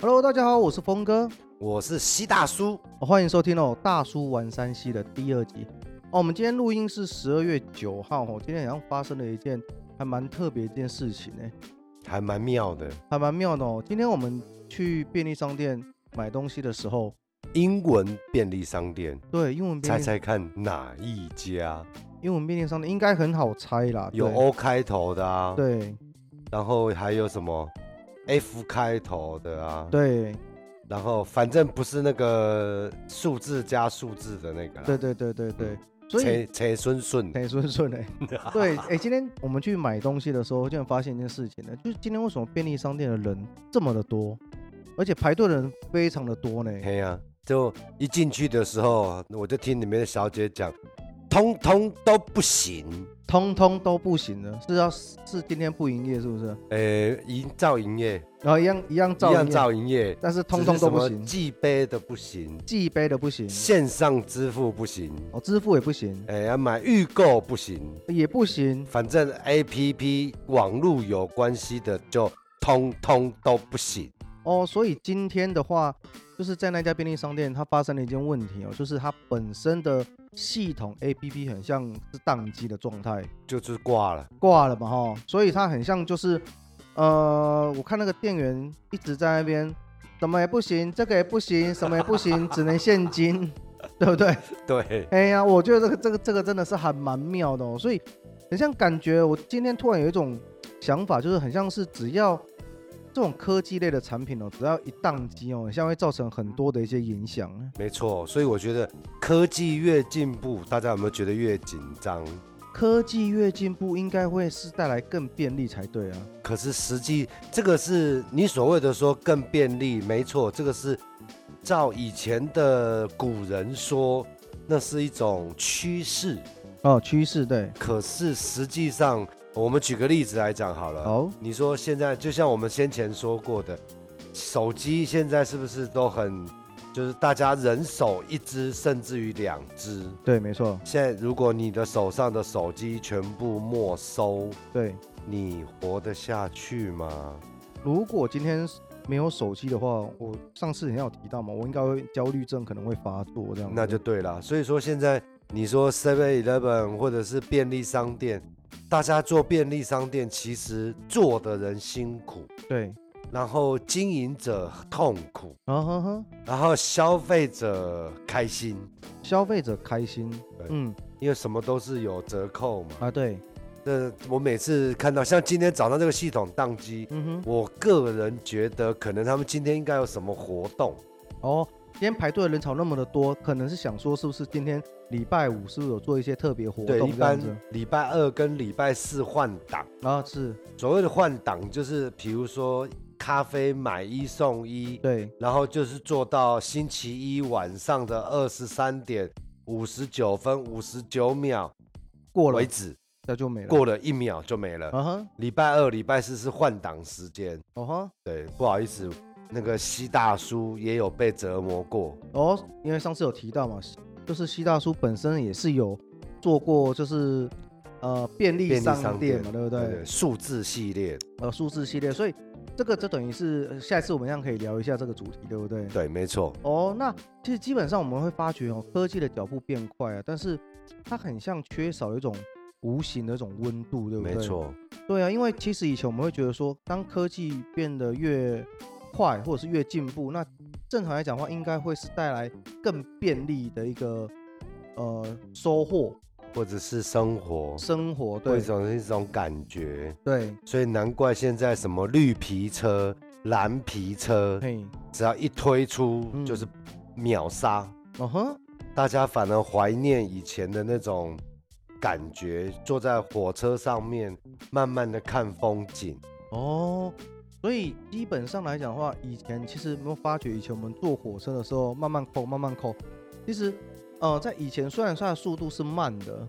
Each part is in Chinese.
Hello，大家好，我是峰哥，我是西大叔，哦欢迎收听哦《大叔玩山西》的第二集。哦，我们今天录音是十二月九号哦，今天好像发生了一件还蛮特别的一件事情呢，还蛮妙的。还蛮妙的哦。今天我们去便利商店买东西的时候，英文便利商店，对英文便猜利猜看哪一家？英文便利商店应该很好猜啦，有哦对 O 开头的啊，，对然后还有什么 F 开头的啊，，对然后反正不是那个数字加数字的那个啦，对对对对对，所以切切顺顺，很顺顺 哎。对，哎、今天我们去买东西的时候，竟然发现一件事情呢，就是今天为什么便利商店的人这么的多，而且排队的人非常的多呢？嘿呀、就一进去的时候，我就听里面的小姐讲，通通都不行。通通都不行了，是要是今天不营业是不是？呃，营造营业，然后一样一样照一样营业造营业，但是通通都不行，寄杯的不行，记杯的不行，线上支付不行，哦，支付也不行，哎、要买预购不行，也不行，反正 A P P 网络有关系的就通通都不行。哦，所以今天的话，就是在那家便利商店，它发生了一件问题哦，就是它本身的系统 APP 很像是宕机的状态，就是挂了， 挂了嘛哈，所以它很像就是，呃，我看那个店员一直在那边，什么也不行，这个也不行，什么也不行，只能现金， 对不对？对，哎呀，我觉得这个这个这个真的是还蛮妙的哦，所以很像感觉我今天突然有一种想法，就是很像是只要这种科技类的产品哦，只要一宕机哦，很像会造成很多的一些影响。没错。所以我觉得科技越进步，大家有没有觉得越紧张？科技越进步，应该会是带来更便利才对啊。可是实际这个是你所谓的说更便利，没错，这个是照以前的古人说，那是一种趋势。哦，趋势对，可是实际上，我们举个例子来讲好了。好、你说现在就像我们先前说过的，手机现在是不是都很，就是大家人手一只，甚至于两只。对，没错，现在如果你的手上的手机全部没收，对。你活得下去吗？如果今天没有手机的话，我上次好像有提到嘛，我应该会焦虑症可能会发作这样子。那就对了。所以说现在你说 Seven Eleven 或者是便利商店，大家做便利商店其实做的人辛苦，对，然后经营者痛苦，啊哈哈，然后消费者开心，消费者开心对，嗯因为什么都是有折扣嘛。啊对，这我每次看到，像今天早上这个系统宕机，嗯哼，我个人觉得可能他们今天应该有什么活动，哦，今天排队的人潮那么的多，可能是想说是不是今天礼拜五是不是有做一些特别活对，一动这样般子礼拜二跟礼拜四换档。啊？是，所谓的换档，就是比如说咖啡买一送一，对，然后就是做到星期一晚上的二十三点五十九分五十九秒过了为止，那就没了。过了一秒就没了。啊哈，礼拜二、礼拜四是换档时间，哦哈，对，不好意思，那个西大叔也有被折磨过，哦，因为上次有提到嘛，就是西大叔本身也是有做过，就是呃便利便利商商店店嘛，对不对对对，？数字系列，呃数字系列，所以这个就等于是呃下一次我们一样可以聊一下这个主题，对不对？对，没错，哦，那其实基本上我们会发觉哦，科技的脚步变快啊，但是它很像缺少一种无形的一种温度，对不对？没。错，对啊，因为其实以前我们会觉得说，当科技变得越快或者是越进步，那正常来讲的话，应该会是带来更便利的一个呃收获或者是生活，生活，或对者是一种感觉，对，所以难怪现在什么绿皮车、蓝皮车，嘿，只要一推出嗯就是秒杀，哦哼，大家反而怀念以前的那种感觉，坐在火车上面慢慢的看风景，哦，所以基本上来讲的话，以前其实有没有发觉，以前我们坐火车的时候，慢慢扣，慢慢扣，其实，呃，在以前虽然说它的速度是慢的，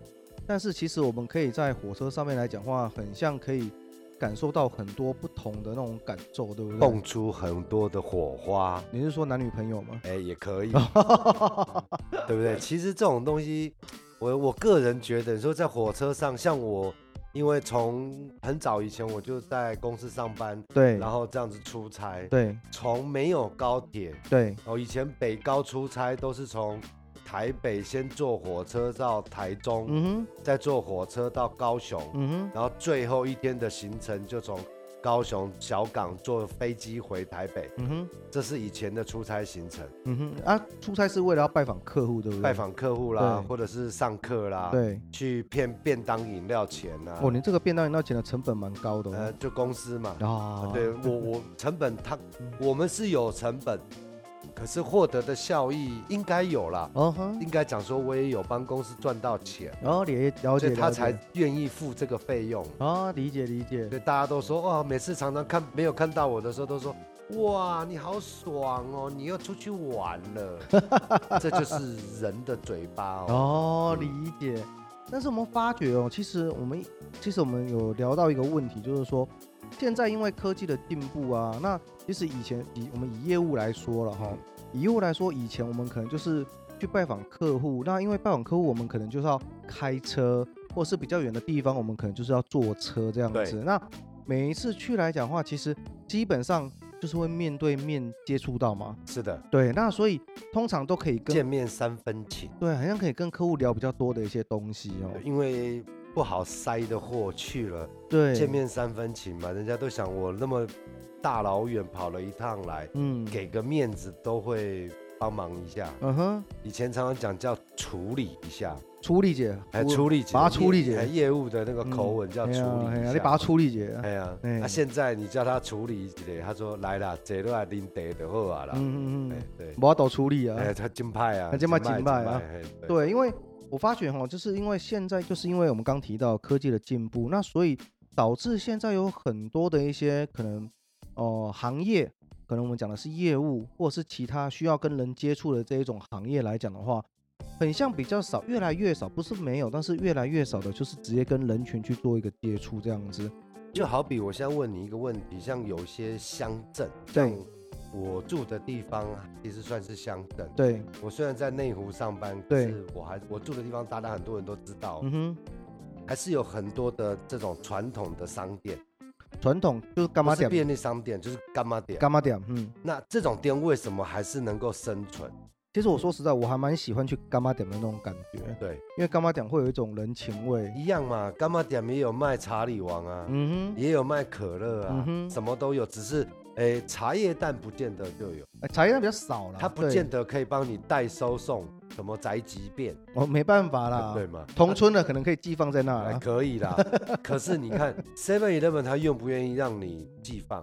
但是其实我们可以在火车上面来讲话，很像可以感受到很多不同的那种感受，对不对蹦？出很多的火花。你是说男女朋友吗？哎，也 可以，对不对？其实这种东西，我我个人觉得，你说在火车上，像我因为从很早以前我就在公司上班，对然后这样子出差，对从没有高铁对哦，以前北高出差都是从台北先坐火车到台中，嗯哼再坐火车到高雄，嗯哼然后最后一天的行程就从高雄小港坐飞机回台北，嗯哼这是以前的出差行程，嗯哼啊，出差是为了要拜访客户，对不对？拜访啊客户啦对，或者是上课啦，对，去骗便当饮料钱啊，哦，你这个便当饮料钱的成本蛮高的呃，哦。就公司嘛，啊，对我我成本它嗯我们是有成本，可是获得的效益应该有啦，哦哼，应该讲说我也有帮公司赚到钱，然后也哦了所解以他了解才愿意付这个费用。啊，理解理解所，以大家都说哦哇，每次常常看没有看到我的时候，都说哇，你好爽哦，你又出去玩了， 这就是人的嘴巴哦。哦，嗯理解。但是我们发觉哦，其实我们其实我们有聊到一个问题，就是说现在因为科技的进步啊，那其实以前以我们以业务来说了哈、嗯以业务来说，以前我们可能就是去拜访客户，那因为拜访客户，我们可能就是要开车，或是比较远的地方，我们可能就是要坐车这样对子。那每一次去来讲的话，其实基本上就是会面对面接触到嘛，是的，对，那所以通常都可以跟见面三分情，对，好像可以跟客户聊比较多的一些东西哦。因为不好塞的货去了，对，见，面三分情嘛，人家都想我那么大老远跑了一趟来，嗯，，给个面子都会帮忙一下。嗯哼，以前常常讲叫处理一下，处理姐，还我哎处理解，把它处理解哎业务的那个嗯口吻叫处哎理呀哎一呀下，你把它处理姐，哎呀，那、哎现在你叫他处理一下，他说来啦，坐落来啉茶就好啊啦。嗯嗯哎嗯，对，我要抖处理啊哎、。他金牌啊，他真歹真真歹啊真歹，嘿，对，因为我发觉哈，就是因为现在就是因为我们刚提到科技的进步，那所以导致现在有很多的一些可能呃行业，可能我们讲的是业务或者是其他需要跟人接触的这一种行业来讲的话，很像比较少，越来越少，不是没有，但是越来越少的就是直接跟人群去做一个接触这样子。就好比我现在问你一个问题，像有些乡镇，对我住的地方啊其实算是乡镇。对，嗯我虽然在内湖上班，可对是我还我住的地方，大家很多人都知道，嗯还是有很多的这种传统的商店，哼，传统就是干不嘛是点便利商店，就是干妈店。干嘛点，嗯。那这种店为什么还是能够生存？其实我说实在，我还蛮喜欢去干妈点的那种感觉，对，因为干妈点会有一种人情味。一样嘛，干妈店也有卖查理王啊，嗯哼，也有卖可乐啊嗯，哼什么都有，只是诶、茶叶蛋不见得就有，哎茶叶蛋比较少了，它不对见得可以帮你代收送什么宅急便，哦，没办法啦，对吗？同村的可能可以寄放在啊那哎啦，可 以啦，可是你看 Seven Eleven 他愿不愿意让你寄放？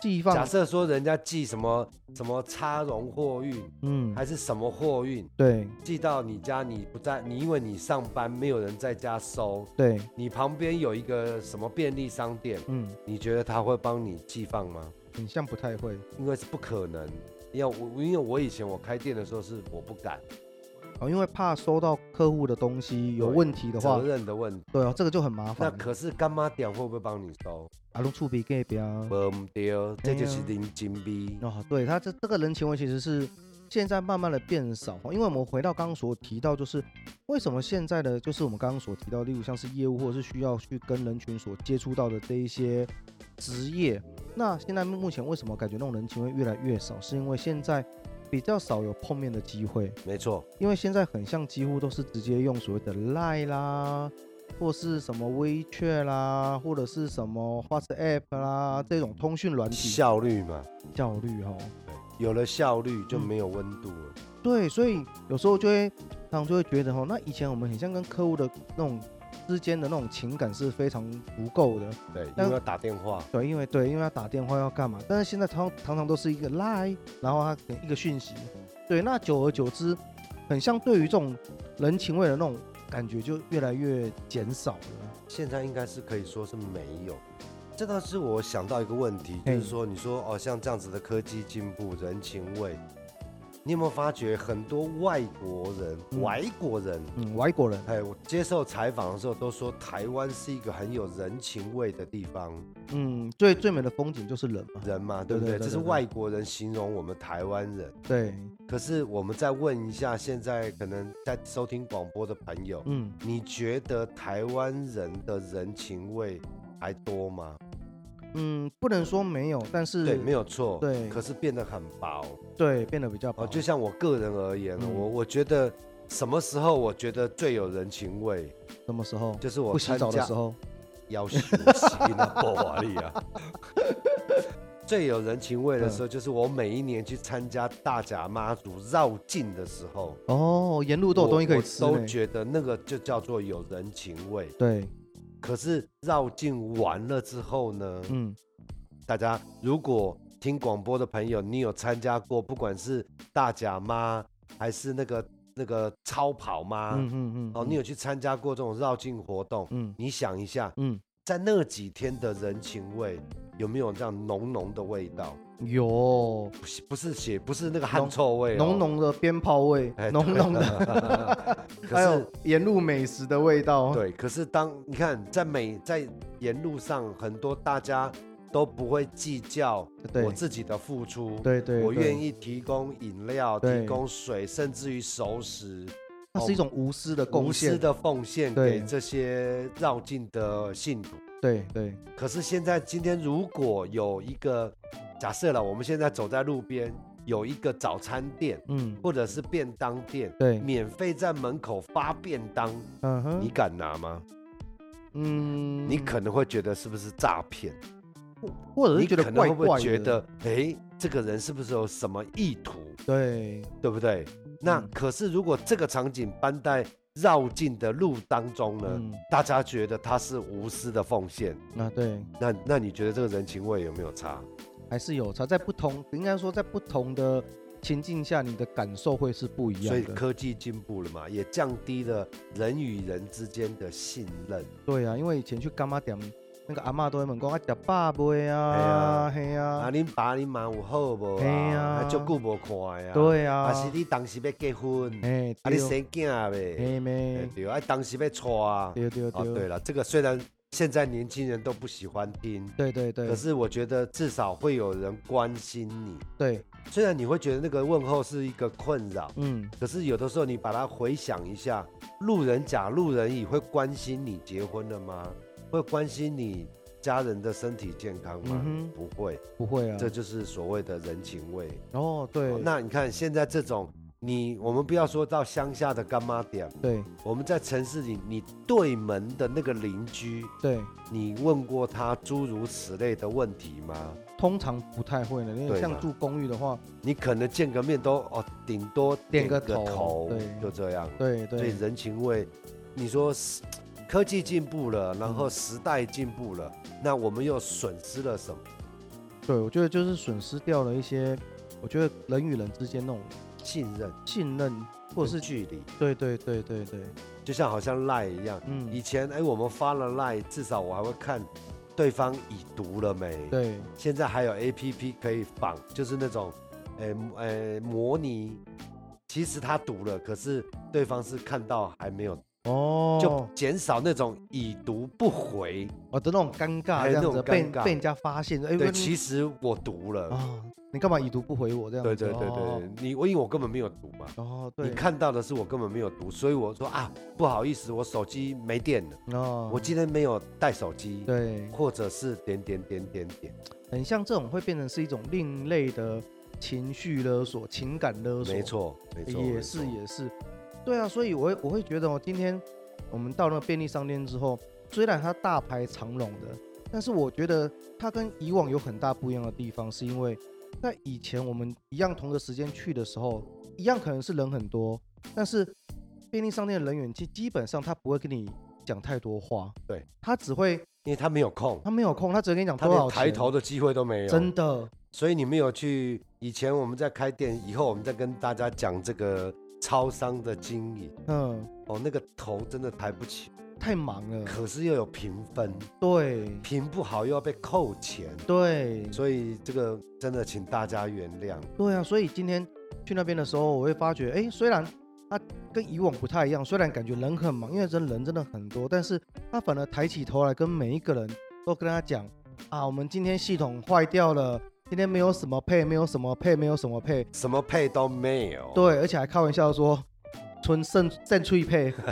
寄假放，设说人家寄什么什么差荣货运嗯，还是什么货运对寄到你家，你不在，你因为你上班没有人在家收，对，你旁边有一个什么便利商店，嗯，你觉得他会帮你寄放吗？很像不太会，因为是不可能。要我，因为我以前我开店的时候是我不敢哦，因为怕收到客户的东西有对问题的话责，任的问题。对哦，这个就很麻那烦。可是干妈店会不会帮你收？阿龙触笔给啊不要，不对，这就是零金币。哦，对他这这个人情味其实是现在慢慢的变少，因为我们回到刚刚所提到，就是为什么现在的就是我们刚刚所提到，例如像是业务或者是需要去跟人群所接触到的这一些职业，那现在目前为什么感觉那种人情味越来越少，是因为现在比较少有碰面的机会，没错，因为现在很像几乎都是直接用所谓的 Line 啦。或是什么微雀啦，或者是什么 WhatsApp 啦，这种通讯软体效率嘛，效率哦，对有了效率就没有温度了。对，所以有时候就会，常常就会觉得哦，那以前我们很像跟客户的那种之间的那种情感是非常不够的，对，因但为要打电话，对，因为对，因为要打电话要干嘛，但是现在常常常都是一个 line，然后他给一个讯息，对，那久而久之，很像对于这种人情味的那种感觉就越来越减少了，现在应该是可以说是没有。这倒是我想到一个问题，就嘿是说，你说哦，像这样子的科技进步、人情味，你有没有发觉很多外国人、嗯外国人，嗯，外国人，哎，我接受采访的时候都说台湾是一个很有人情味的地方，嗯，最最美的风景就是人嘛，人嘛，对不对对对对？这是对对外国人形容我们台湾人。对，可是我们再问一下，现在可能在收听广播的朋友，嗯，你觉得台湾人的人情味还多吗？嗯，不能说没有，但是对，没有错。对可是变得很薄对变得比较薄，哦。就像我个人而言，嗯我我觉得什么时候我觉得最有人情味，什么时候就是我不洗参澡的加时候，要学习那布瓦利啊。最有人情味的时候，就是我每一年去参加大甲妈祖绕境的时候，哦，沿路都有东西可我以我吃都呢，觉得那个就叫做有人情味。对，可是绕境完了之后呢，嗯，大家如果听广播的朋友，你有参加过，不管是大甲妈还是那个那个超跑妈，嗯嗯嗯，哦，你有去参加过这种绕境活动？嗯你想一下，嗯在那几天的人情味有没有这样浓浓的味道？嗯有不是不是血，不是那个汗臭味、哦，浓。浓的鞭炮味哎，浓浓 的，哎的， 可还是有沿路美食的味道，对，可是当你看在美在沿路上，很多大家都不会计较对我自己的付出，对对，我对愿，意提供饮料、提对供水，甚至于熟食，它是一种无私的无贡私献，的奉献对给这些绕境的信徒。对对，可是现在今天如果有一个假设了，我们现在走在路边有一个早餐店嗯或者是便当店，对免费在门口发便当，嗯你哼，敢拿吗？嗯，你可能会觉得是不是诈骗？或者你是觉可得能怪会不会怪觉的，得，哎，这个人是不是有什么意图，对，对不对？那嗯可是如果这个场景搬在绕境的路当中呢，嗯大家觉得他是无私的奉献，啊对，那那你觉得这个人情味有没有差？还是有差，在不同应该说在不同的情境下，你的感受会是不一所以样的。科技进步了嘛，也降低了人与人之间的信任。对啊，因为以前去干妈店，那个阿嬷都会问讲啊，吃饱未啊啊？嘿啊，啊，恁爸恁妈有好无嘿啊？啊啊，足久无看呀。。对啊，啊，是你当时要结婚，哎，啊，你对生囝未？嘿哎咩？对，啊，当时要娶啊。对对哦，对对，了，这个虽然现在年轻人都不喜欢听，对对对，可是我觉得至少会有人关心你。对，虽然你会觉得那个问候是一个困扰，嗯，可是有的时候你把它回想一下，路人甲、路人乙会关心你结婚了吗？会关心你家人的身体健康吗？嗯哼不会，不会啊这。就是所谓的人情味。哦，对哦，那你看现在这种，你我们不要说到乡下的干妈点，对我们在城市里，你对门的那个邻居，对，你问过他诸如此类的问题吗？通常不太会的，因为对像嘛住公寓的话，你可能见个面都哦，顶多点个头，头对就这样。对所以对人情味，你说是科技进步了，然后时代进步了，那我们又损失了什么？对，我觉得就是损失掉了一些，我觉得人与人之间那种信任信任，或者是跟距离，对对对对对，就像好像赖一样，以嗯，前哎，我们发了赖，至少我还会看对方已读了没。对，现在还有 A P P 可以仿，就是那种，呃呃，模拟，其实他读了，可是对方是看到还没有，哦，就减少那种已读不回。哦的那种尴尬哎这样那种子，被尴尬被人家发现，哎，对，你其实我读了，啊，你干嘛已读不回我这样对子？对对对，哦对你我因为我根本没有读嘛，哦，对，你看到的是我根本没有读，所以我说啊，不好意思，我手机没电了，哦，我今天没有带手机，对，或者是点点点点点，很像这种会变成是一种另类的情绪勒索、情感勒索，没错，没错，没也错是也是，对啊，所以我会我会觉得哦，今天我们到那个便利商店之后，虽然它大排长龙的，但是我觉得它跟以往有很大不一样的地方，是因为在以前我们一样同个时间去的时候，一样可能是人很多，但是便利商店的人员基基本上他不会跟你讲太多话，对他只会因为他没有空，他没有啊空，他只会跟你讲他多少连钱，抬头的机会都没有，真的所以你没有去。以前我们在开店，以后我们再跟大家讲这个超商的经营嗯哦，那个头真的抬不起，太忙了，可是又有评分，对评不好又要被扣钱，对，所以这个真的请大家原谅。对啊，所以今天去那边的时候，我会发觉，哎，虽然它跟以往不太一样，虽然感觉人很忙，因为真人真的很多，但是他反而抬起头来跟每一个人都跟他讲啊，我们今天系统坏掉了，今天没有什么配，没有什么配，没有什么配，什么配都没有。对，而且还开玩笑说纯剩剩脆配。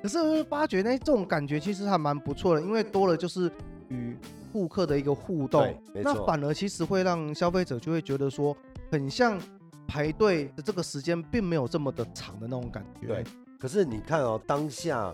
可是我就发觉那这种感觉其实还蛮不错的，因为多了就是与顾客的一个互动对，没那错反而其实会让消费者就会觉得说，很像排队的这个时间并没有这么的长的那种感觉。对，可是你看哦，当下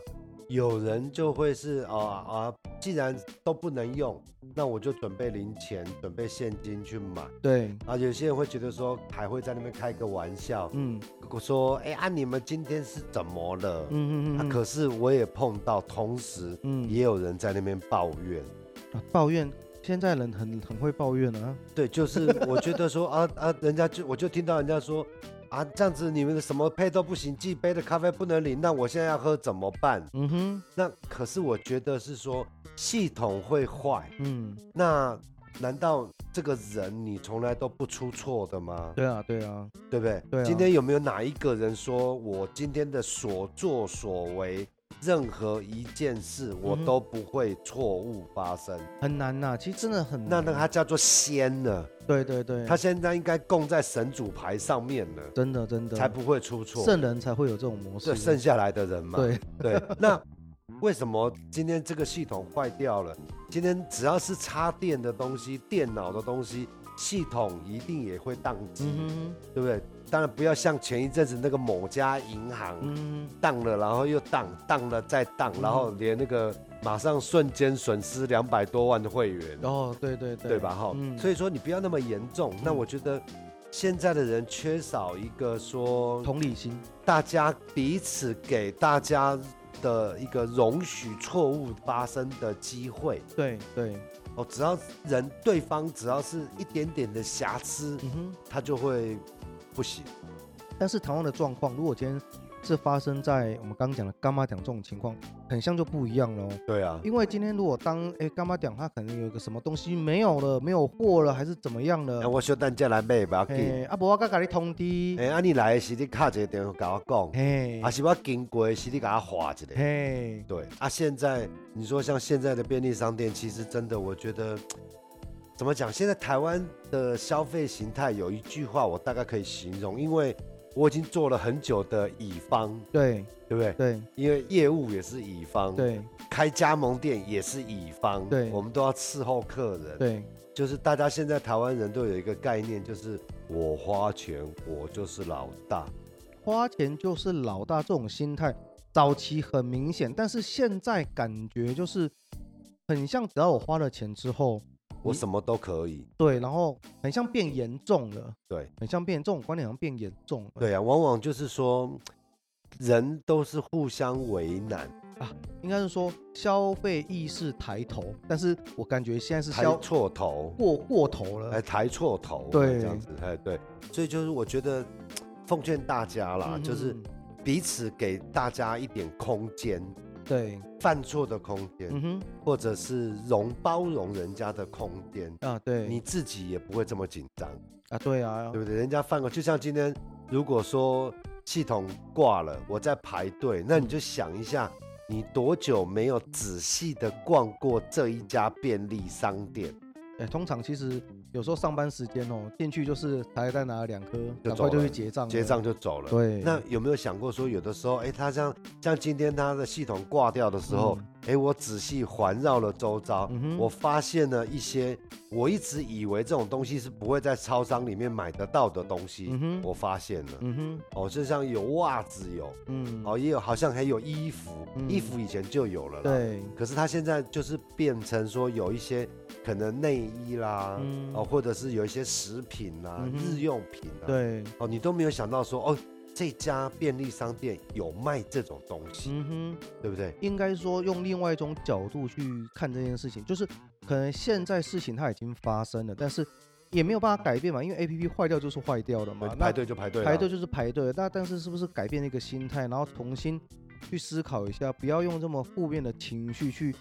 有人就会是啊啊，既然都不能用，那我就准备零钱，准备现金去买。对，啊，有些人会觉得说，还会在那边开个玩笑，嗯我说，哎、啊，你们今天是怎么了？嗯嗯嗯，啊，嗯可是我也碰到，同时嗯也有人在那边抱怨。啊抱怨，现在人很很会抱怨啊。对，就是我觉得说啊啊，人家就我就听到人家说啊，这样子你们的什么配都不行，寄杯的咖啡不能领，那我现在要喝怎么办？嗯哼，那可是我觉得是说系统会坏，嗯，那难道这个人你从来都不出错的吗？对啊对啊，对不对？对啊今天有没有哪一个人说我今天的所作所为，任何一件事我嗯哼嗯都不会错误发生？很难呐、其实真的很那难。啊那他叫做仙呢？对对对，他现在应该供在神主牌上面了，真的真的才不会出错。圣人才会有这种模式啊这。剩下来的人嘛，对，对。 那为什么今天这个系统坏掉了？今天只要是插电的东西、电脑的东西，系统一定也会宕机。嗯对不对？当然不要像前一阵子那个某家银哼，行嗯当了，然后又当，当了再当，嗯然后连那个马上瞬间损失两百多万的会员哼，，哦，对对对，对吧？哈、嗯所以说你不要那么严重。那我觉得现在的人缺少一个说同理心，大家彼此给大家的一个容许错误发生的机会对对，哦，只要人对方只要是一点点的瑕疵，嗯哼。他就会不行。但是同样的状况，如果今天是发生在我们刚刚讲的干妈讲这种情况，很像就不一样喽。对啊，因为今天如果当哎干妈讲他可能有个什么东西没有了，没有货了，还是怎么样哎、了？我小等下来买吧，紧。哎，阿伯我刚给你通知，哎、啊，你来的时候你敲一个电话跟我讲，嘿啊，，是我经过的时候你给我画一个。嘿，对啊，现在你说像现在的便利商店，其实真的，我觉得怎么讲？现在台湾的消费形态有一句话，我大概可以形容，因为我已经做了很久的乙方，对对不对？对因为业务也是乙方，，对开加盟店也是乙方，对我们都要伺候客人，对，就是大家现在台湾人都有一个概念，就是我花钱，我就是老大。花钱就是老大这种心态，早期很明显，但是现在感觉就是很像，只要我花了钱之后，我嗯什么都可以。对，然后很像变严重了，对，很像变这种观点好像变严重了，对啊，往往就是说，人都是互相为难，应该是说消费意识抬头，但是我感觉现在是抬消错头，过过头哎，了，抬错头，对这样子，哎，对，所以就是我觉得奉劝大家啦，嗯就是哼彼此给大家一点空间，对，犯错的空间，嗯哼或者是容包容人家的空间，啊，对，你自己也不会这么紧张。啊对啊，对不对？人家犯过，就像今天，如果说系统挂了，我在排队，那你就想一下，你多久没有仔细的逛过这一家便利商店？哎，通常其实有时候上班时间哦，进去就是茶叶蛋拿了两颗，就赶走快就了去结账了，结账就走了。对，那有没有想过说，有的时候，哎，他像像今天他的系统挂掉的时候嗯，哎、我仔细环绕了周遭，嗯哼我发现了一些我一直以为这种东西是不会在超商里面买得到的东西，嗯哼我发现了。嗯哼哦，就像有袜子有，嗯，哦，也有好像还有衣服，嗯衣服以前就有了啦。。对，可是它现在就是变成说有一些可能内衣啦，嗯哦，或者是有一些食品啦、嗯哼日用品啊，，对，哦，你都没有想到说哦，这家便利商店有卖这种东西，嗯哼。对不对？应该说用另外一种角度去看这件事情，就是可能现在事情它已经发生了，但是也没有办法改变嘛，因为 A P P 坏掉就是坏掉了嘛，哦那呃排队啊就排队啦，排队就是排队，那但是是不是改变那个心态，然后重新去思考一下，不要用这么负面的情绪去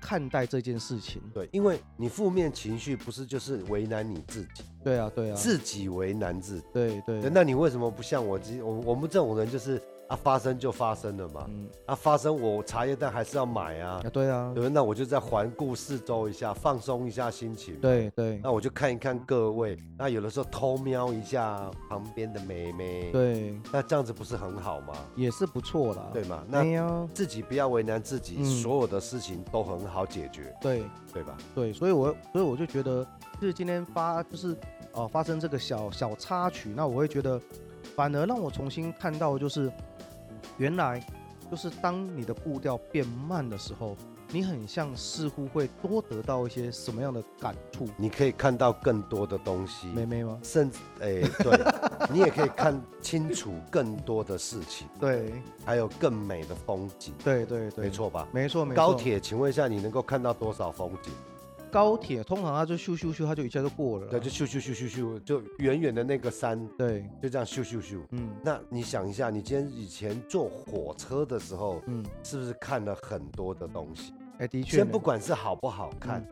看待这件事情。对，因为你负面情绪不是就是为难你自己，对啊，对啊，自己为难自己。对对对，那你为什么不像我这我我们这种人就是啊发生就发生了嘛，嗯啊发生我茶叶蛋还是要买啊，啊，对啊对，不对？那我就再环顾四周一下，放松一下心情。对对那我就看一看各位，那有的时候偷瞄一下旁边的妹妹，对，那这样子不是很好吗？也是不错啦。对吗？那哎呀，自己不要为难自己，嗯所有的事情都很好解决，对对吧？对，所以我所以我就觉得，就是今天发就是呃发生这个小小插曲，那我会觉得，反而让我重新看到，就是原来就是当你的步调变慢的时候，你很像似乎会多得到一些什么样的感触，你可以看到更多的东西，妹妹吗？甚至哎、对你也可以看清楚更多的事情，对还有更美的风景，对对对，没，错吧？没错没错。高铁，请问一下，你能够看到多少风景？高铁通常它就咻咻咻，它就一下就过了啦。对，就咻咻咻咻咻，就远远的那个山，对，就这样咻咻咻。嗯那你想一下，你今天以前坐火车的时候，嗯，是不是看了很多的东西？哎、的确呢，嗯先不管是好不好看，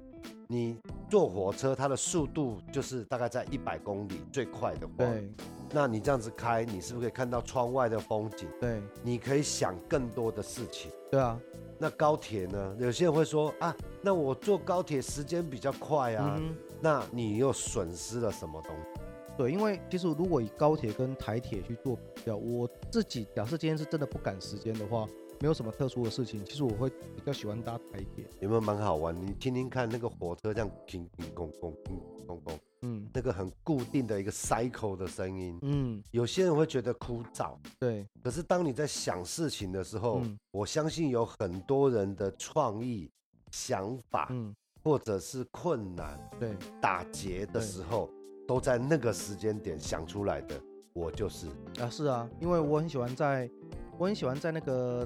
你坐火车它的速度就是大概在一百公里最快的话，对那你这样子开，你是不是可以看到窗外的风景？对你可以想更多的事情。对啊，那高铁呢？有些人会说啊，那我坐高铁时间比较快啊，嗯那你又损失了什么东西？哼，对，因为其实如果以高铁跟台铁去做比较，我自己假设今天是真的不赶时间的话，没有什么特殊的事情，其实我会比较喜欢搭台铁。有没有蛮好玩？你听听看，那个火车这样停停咣咣停咣咣，嗯那个很固定的一个 cycle 的声音，嗯，有些人会觉得枯燥。对，可是当你在想事情的时候，嗯我相信有很多人的创意、想法，嗯或者是困难、对打结的时候，都在那个时间点想出来的。我就是啊是啊，因为我很喜欢在，我很喜欢在那个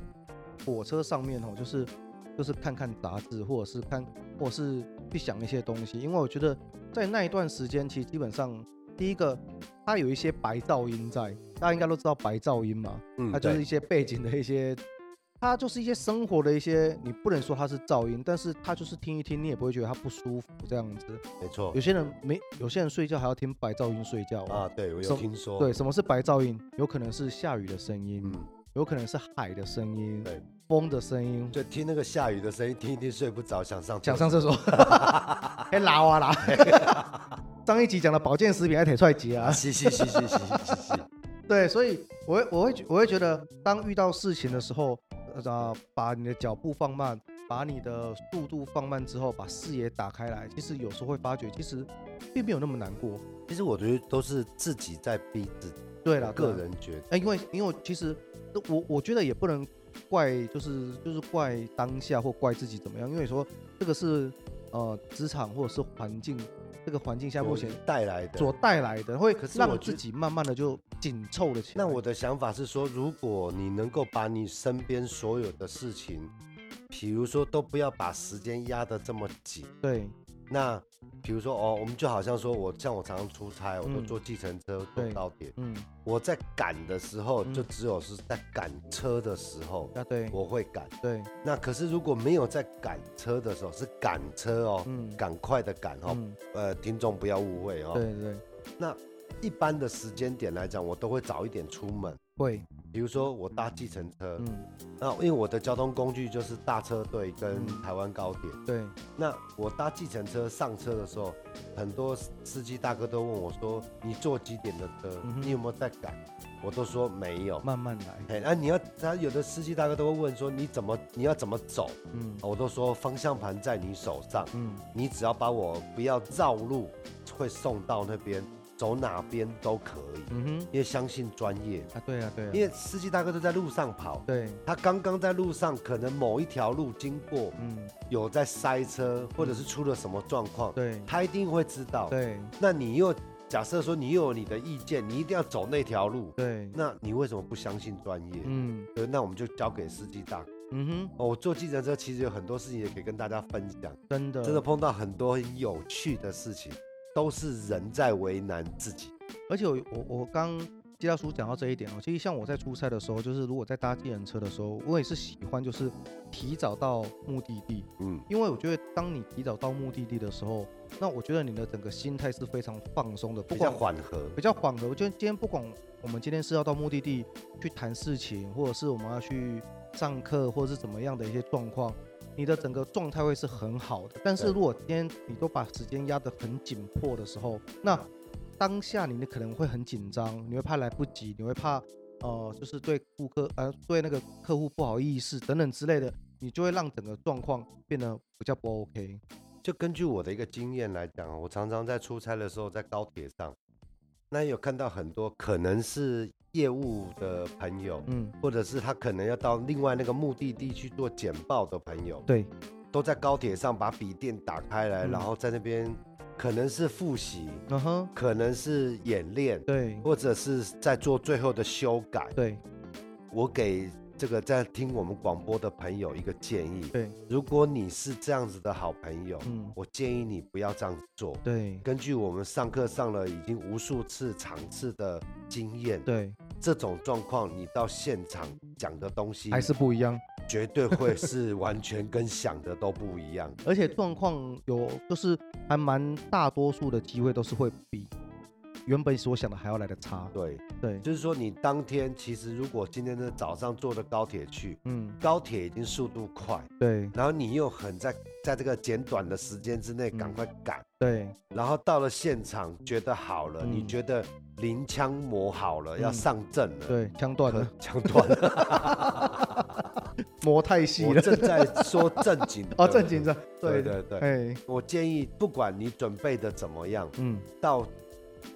火车上面哦，就是就是看看杂志，或者是看，或者是去想一些东西，因为我觉得在那一段时间，其实基本上第一个它有一些白噪音在，大家应该都知道白噪音嘛。嗯它就是对一些背景的一些，它就是一些生活的一些，你不能说它是噪音，但是它就是听一听，你也不会觉得它不舒服这样子。没错有些人没，有些人睡觉还要听白噪音睡觉啊，啊。对我什有听说，对，，什么是白噪音？有可能是下雨的声音，嗯，有可能是海的声音，对，风的声音，就听那个下雨的声音，听一听睡不着，想上想上 厕所，还拉啊拉。 上一集讲的保健食品还腿踹级啊啊，，嘻嘻嘻嘻嘻嘻嘻，对，所以我会我会觉我会觉得，当遇到事情的时候，呃，把你的脚步放慢，把你的速度放慢之后，把视野打开来，其实有时候会发觉，其实并没有那么难过。其实我觉得都是自己在逼自己，对了，对个啦，人觉得，哎、因为因为其实我我觉得也不能怪，就是就是怪当下或怪自己怎么样，因为说这个是呃职场或者是环境这个环境下目前带来的所带来的，会可是我让觉自得己慢慢的就紧凑了起来。那我的想法是说，如果你能够把你身边所有的事情，比如说都不要把时间压得这么紧，对那比如说哦，我们就好像说我像我常常出差，我都嗯坐计程车、对坐高铁，嗯我在赶的时候，嗯就只有是在赶车的时候。啊对我会赶，对。那可是如果没有在赶车的时候，是赶车哦，嗯赶快的赶哦，嗯，呃，听众不要误会哦。对对，那一般的时间点来讲，我都会早一点出门，会，比如说我搭计程车，嗯，那因为我的交通工具就是大车队跟嗯台湾高铁，对，那我搭计程车上车的时候，很多司机大哥都问我说：“你坐几点的车嗯？哼嗯你有没有在赶？”我都说没有。慢慢来，哎，那你要他有的司机大哥都会问说：“你怎么你要怎么走嗯？”我都说方向盘在你手上，嗯，你只要把我不要绕路，会送到那边，走哪边都可以，嗯因为相信专业。哼，啊对啊对啊，因为司机大哥都在路上跑，对，他刚刚在路上，可能某一条路经过，嗯，有在塞车，或者是出了什么状况，对他一定会知道。对那你又假设说你又有你的意见，你一定要走那条路，对，那你为什么不相信专业？嗯对，那我们就交给司机大哥。嗯哼，哦，我坐计程车其实有很多事情也可以跟大家分享，真的真的，碰到很多很有趣的事情，都是人在为难自己。而且我我我刚接到叔讲到这一点哦，其实像我在出差的时候，就是如果在搭计程车的时候，我也是喜欢就是提早到目的地，嗯，因为我觉得当你提早到目的地的时候，那我觉得你的整个心态是非常放松的，不比较管缓和，比较缓和。我觉得今天不管我们今天是要到目的地去谈事情，或者是我们要去上课，或者是怎么样的一些状况，你的整个状态会是很好的。但是对如果今天你都把时间压得很紧迫的时候，那当下你可能会很紧张，你会怕来不及，你会怕呃，就是对顾客呃对那个客户不好意思等等之类的，你就会让整个状况变得比较不 OK。就根据我的一个经验来讲，啊我常常在出差的时候在高铁上，那有看到很多可能是业务的朋友，嗯，或者是他可能要到另外那个目的地去做简报的朋友，对，都在高铁上把笔电打开来，嗯然后在那边可能是复习，嗯哼，可能是演练，对或者是在做最后的修改。对我给这个在听我们广播的朋友一个建议：对，如果你是这样子的好朋友，嗯我建议你不要这样子做。对根据我们上课上了已经无数次场次的经验，对，这种状况你到现场讲的东西还是不一样。绝对会是完全跟想的都不一样。而且状况有就是还蛮大多数的机会都是会比原本所想的还要来的差。对，对，就是说你当天其实如果今天的早上坐的高铁去，嗯，高铁已经速度快，对然后你又很在在这个简短的时间之嗯内赶快赶，对然后到了现场觉得好了，嗯你觉得临枪磨好了、要嗯上阵了，，对，枪断可了，枪断了。磨太细我了。正在说正经的 哦，正经的，对对对对，哎，我建议不管你准备的怎么样，嗯，到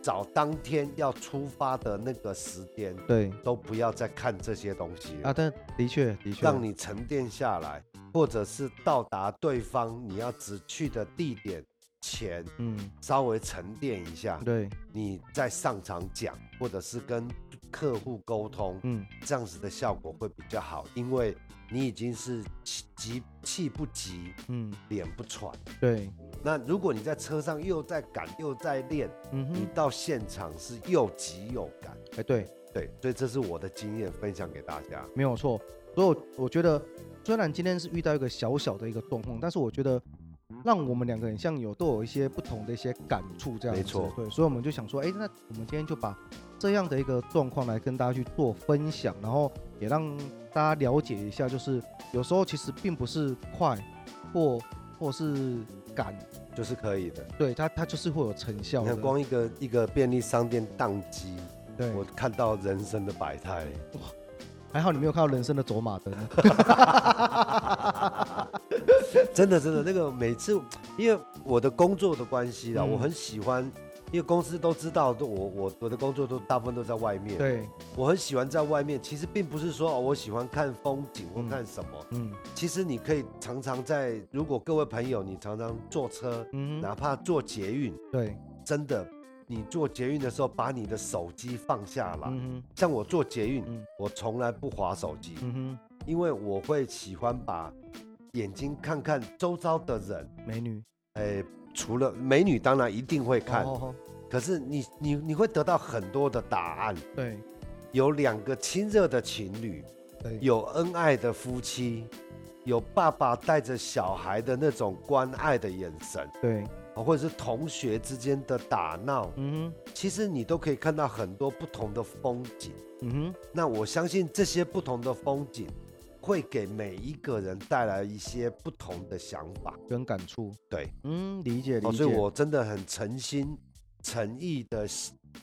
找当天要出发的那个时间，对都不要再看这些东西了啊，但的确的确，让你沉淀下来，或者是到达对方你要只去的地点前，嗯，稍微沉淀一下，对，你再上场讲，或者是跟客户沟通，嗯，这样子的效果会比较好，因为你已经是气急气不急，嗯，脸不喘。对，那如果你在车上又在赶又在练，嗯你哼，到现场是又急又赶。哎，对，对，所以这是我的经验分享给大家。没有错。所以我我觉得，虽然今天是遇到一个小小的一个状况，但是我觉得让我们两个很像有都有一些不同的一些感触，这样子没错对，所以我们就想说，哎，那我们今天就把这样的一个状况来跟大家去做分享，然后也让大家了解一下，就是有时候其实并不是快或或是赶，就是可以的。对它它就是会有成效你的看，。光一个一个便利商店宕机，对，我看到人生的百 态。还好你没有看到人生的走马 灯。真的，真的，那个每次因为我的工作的关系啦，嗯我很喜欢，因为公司都知道我我我的工作都大部分都在外面，对，我很喜欢在外面。其实并不是说哦，我喜欢看风景或嗯看什么，嗯其实你可以常常在，如果各位朋友你常常坐车，嗯哼，哪怕坐捷运，对，真的。你坐捷运的时候，把你的手机放下来。嗯哼，像我坐捷运，嗯我从来不划手机，嗯因为我会喜欢把眼睛看看周遭的人。哼，美女，哎，除了美女，当然一定会看，哦哦可是你你你会得到很多的答案。对有两个亲热的情侣，对，有恩爱的夫妻，有爸爸带着小孩的那种关爱的眼神，对，啊或者是同学之间的打闹，嗯其实你都可以看到很多不同的风景。哼，嗯哼，那我相信这些不同的风景，会给每一个人带来一些不同的想法。跟感触，对，嗯，理解理哦，解，所以我真的很诚心诚意的，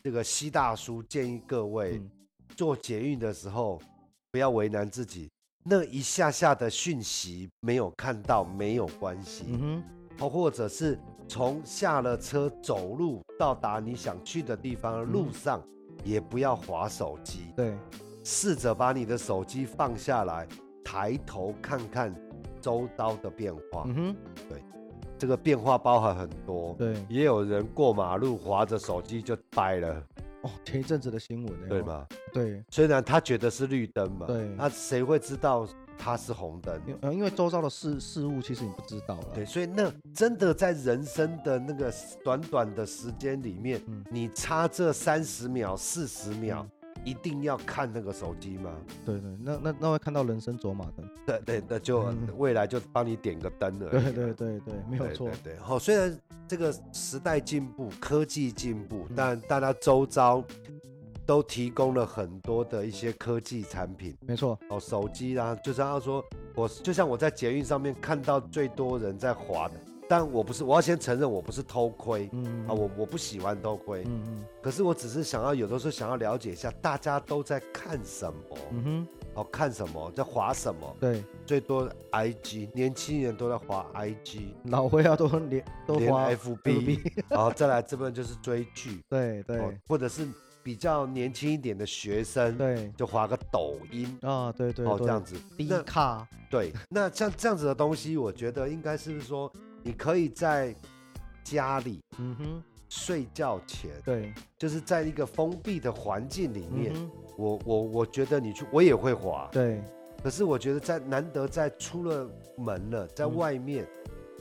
这个西大叔建议各位、嗯做捷运的时候，不要为难自己。那一下下的讯息没有看到没有关系，嗯哼，哦，或者是从下了车走路到达你想去的地方的路嗯上，也不要划手机，对，试着把你的手机放下来，抬头看看周遭的变化。嗯哼，这个变化包含很多，对，也有人过马路划着手机就掰了，哦，前一阵子的新闻，欸对？吗？对，哦虽然他觉得是绿灯嘛，对那谁会知道它是红灯？因呃，因为周遭的事事物其实你不知道了，对，所以那真的在人生的那个短短的时间里面，嗯你差这三十秒、四十秒，一定要看那个手机吗？对对，那那那会看到人生走马灯，对对，那就嗯未来就帮你点个灯了。对对对对，没有对错对，对，好、虽然这个时代进步、科技进步，嗯但大家周遭都提供了很多的一些科技产品，没错，哦，手机啦、就像他说，我就像我在捷运上面看到最多人在滑的，但我不是，我要先承认我不是偷窥。嗯啊，我哦我不喜欢偷窥，嗯嗯可是我只是想要有的时候想要了解一下大家都在看什么，嗯哼，哦，看什么，在滑什么，对，最多 IG，年轻人都在滑 IG，老灰啊都连都连花 FB，然后再来这边就是追剧，对哦对，或者是比较年轻一点的学生，对就划个抖音，啊，对对哦这对样，子。低那卡，对， 那像这样子的东西，我觉得应该是说，你可以在家里嗯哼，睡觉前，对，就是在一个封闭的环境里面，嗯哼，我我我觉得你去，我也会滑，对，可是我觉得在难得在出了门了，在嗯外面，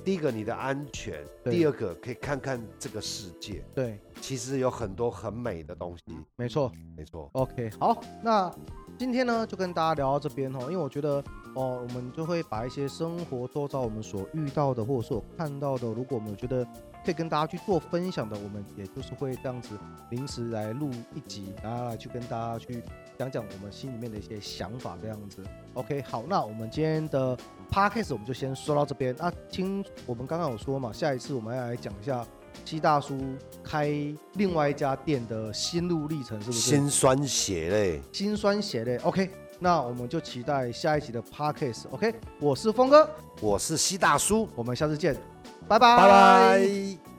第一个你的安全，对第二个可以看看这个世界。对，其实有很多很美的东西，没错。没错， OK，好，那今天呢就跟大家聊到这边哦，因为我觉得哦，我们就会把一些生活周遭我们所遇到的或者所看到的，如果我们觉得可以跟大家去做分享的，我们也就是会这样子临时来录一集，然后来去跟大家去讲讲我们心里面的一些想法这样子。OK，好，那我们今天的 podcast 我们就先说到这边。那听我们刚刚有说嘛，下一次我们要来讲一下。七大叔开另外一家店的心路历程，是不是？心酸血泪。心酸血泪。OK，那我们就期待下一集的 Parkes。OK，我是峰哥，我是西大叔，我们下次见，拜拜，拜拜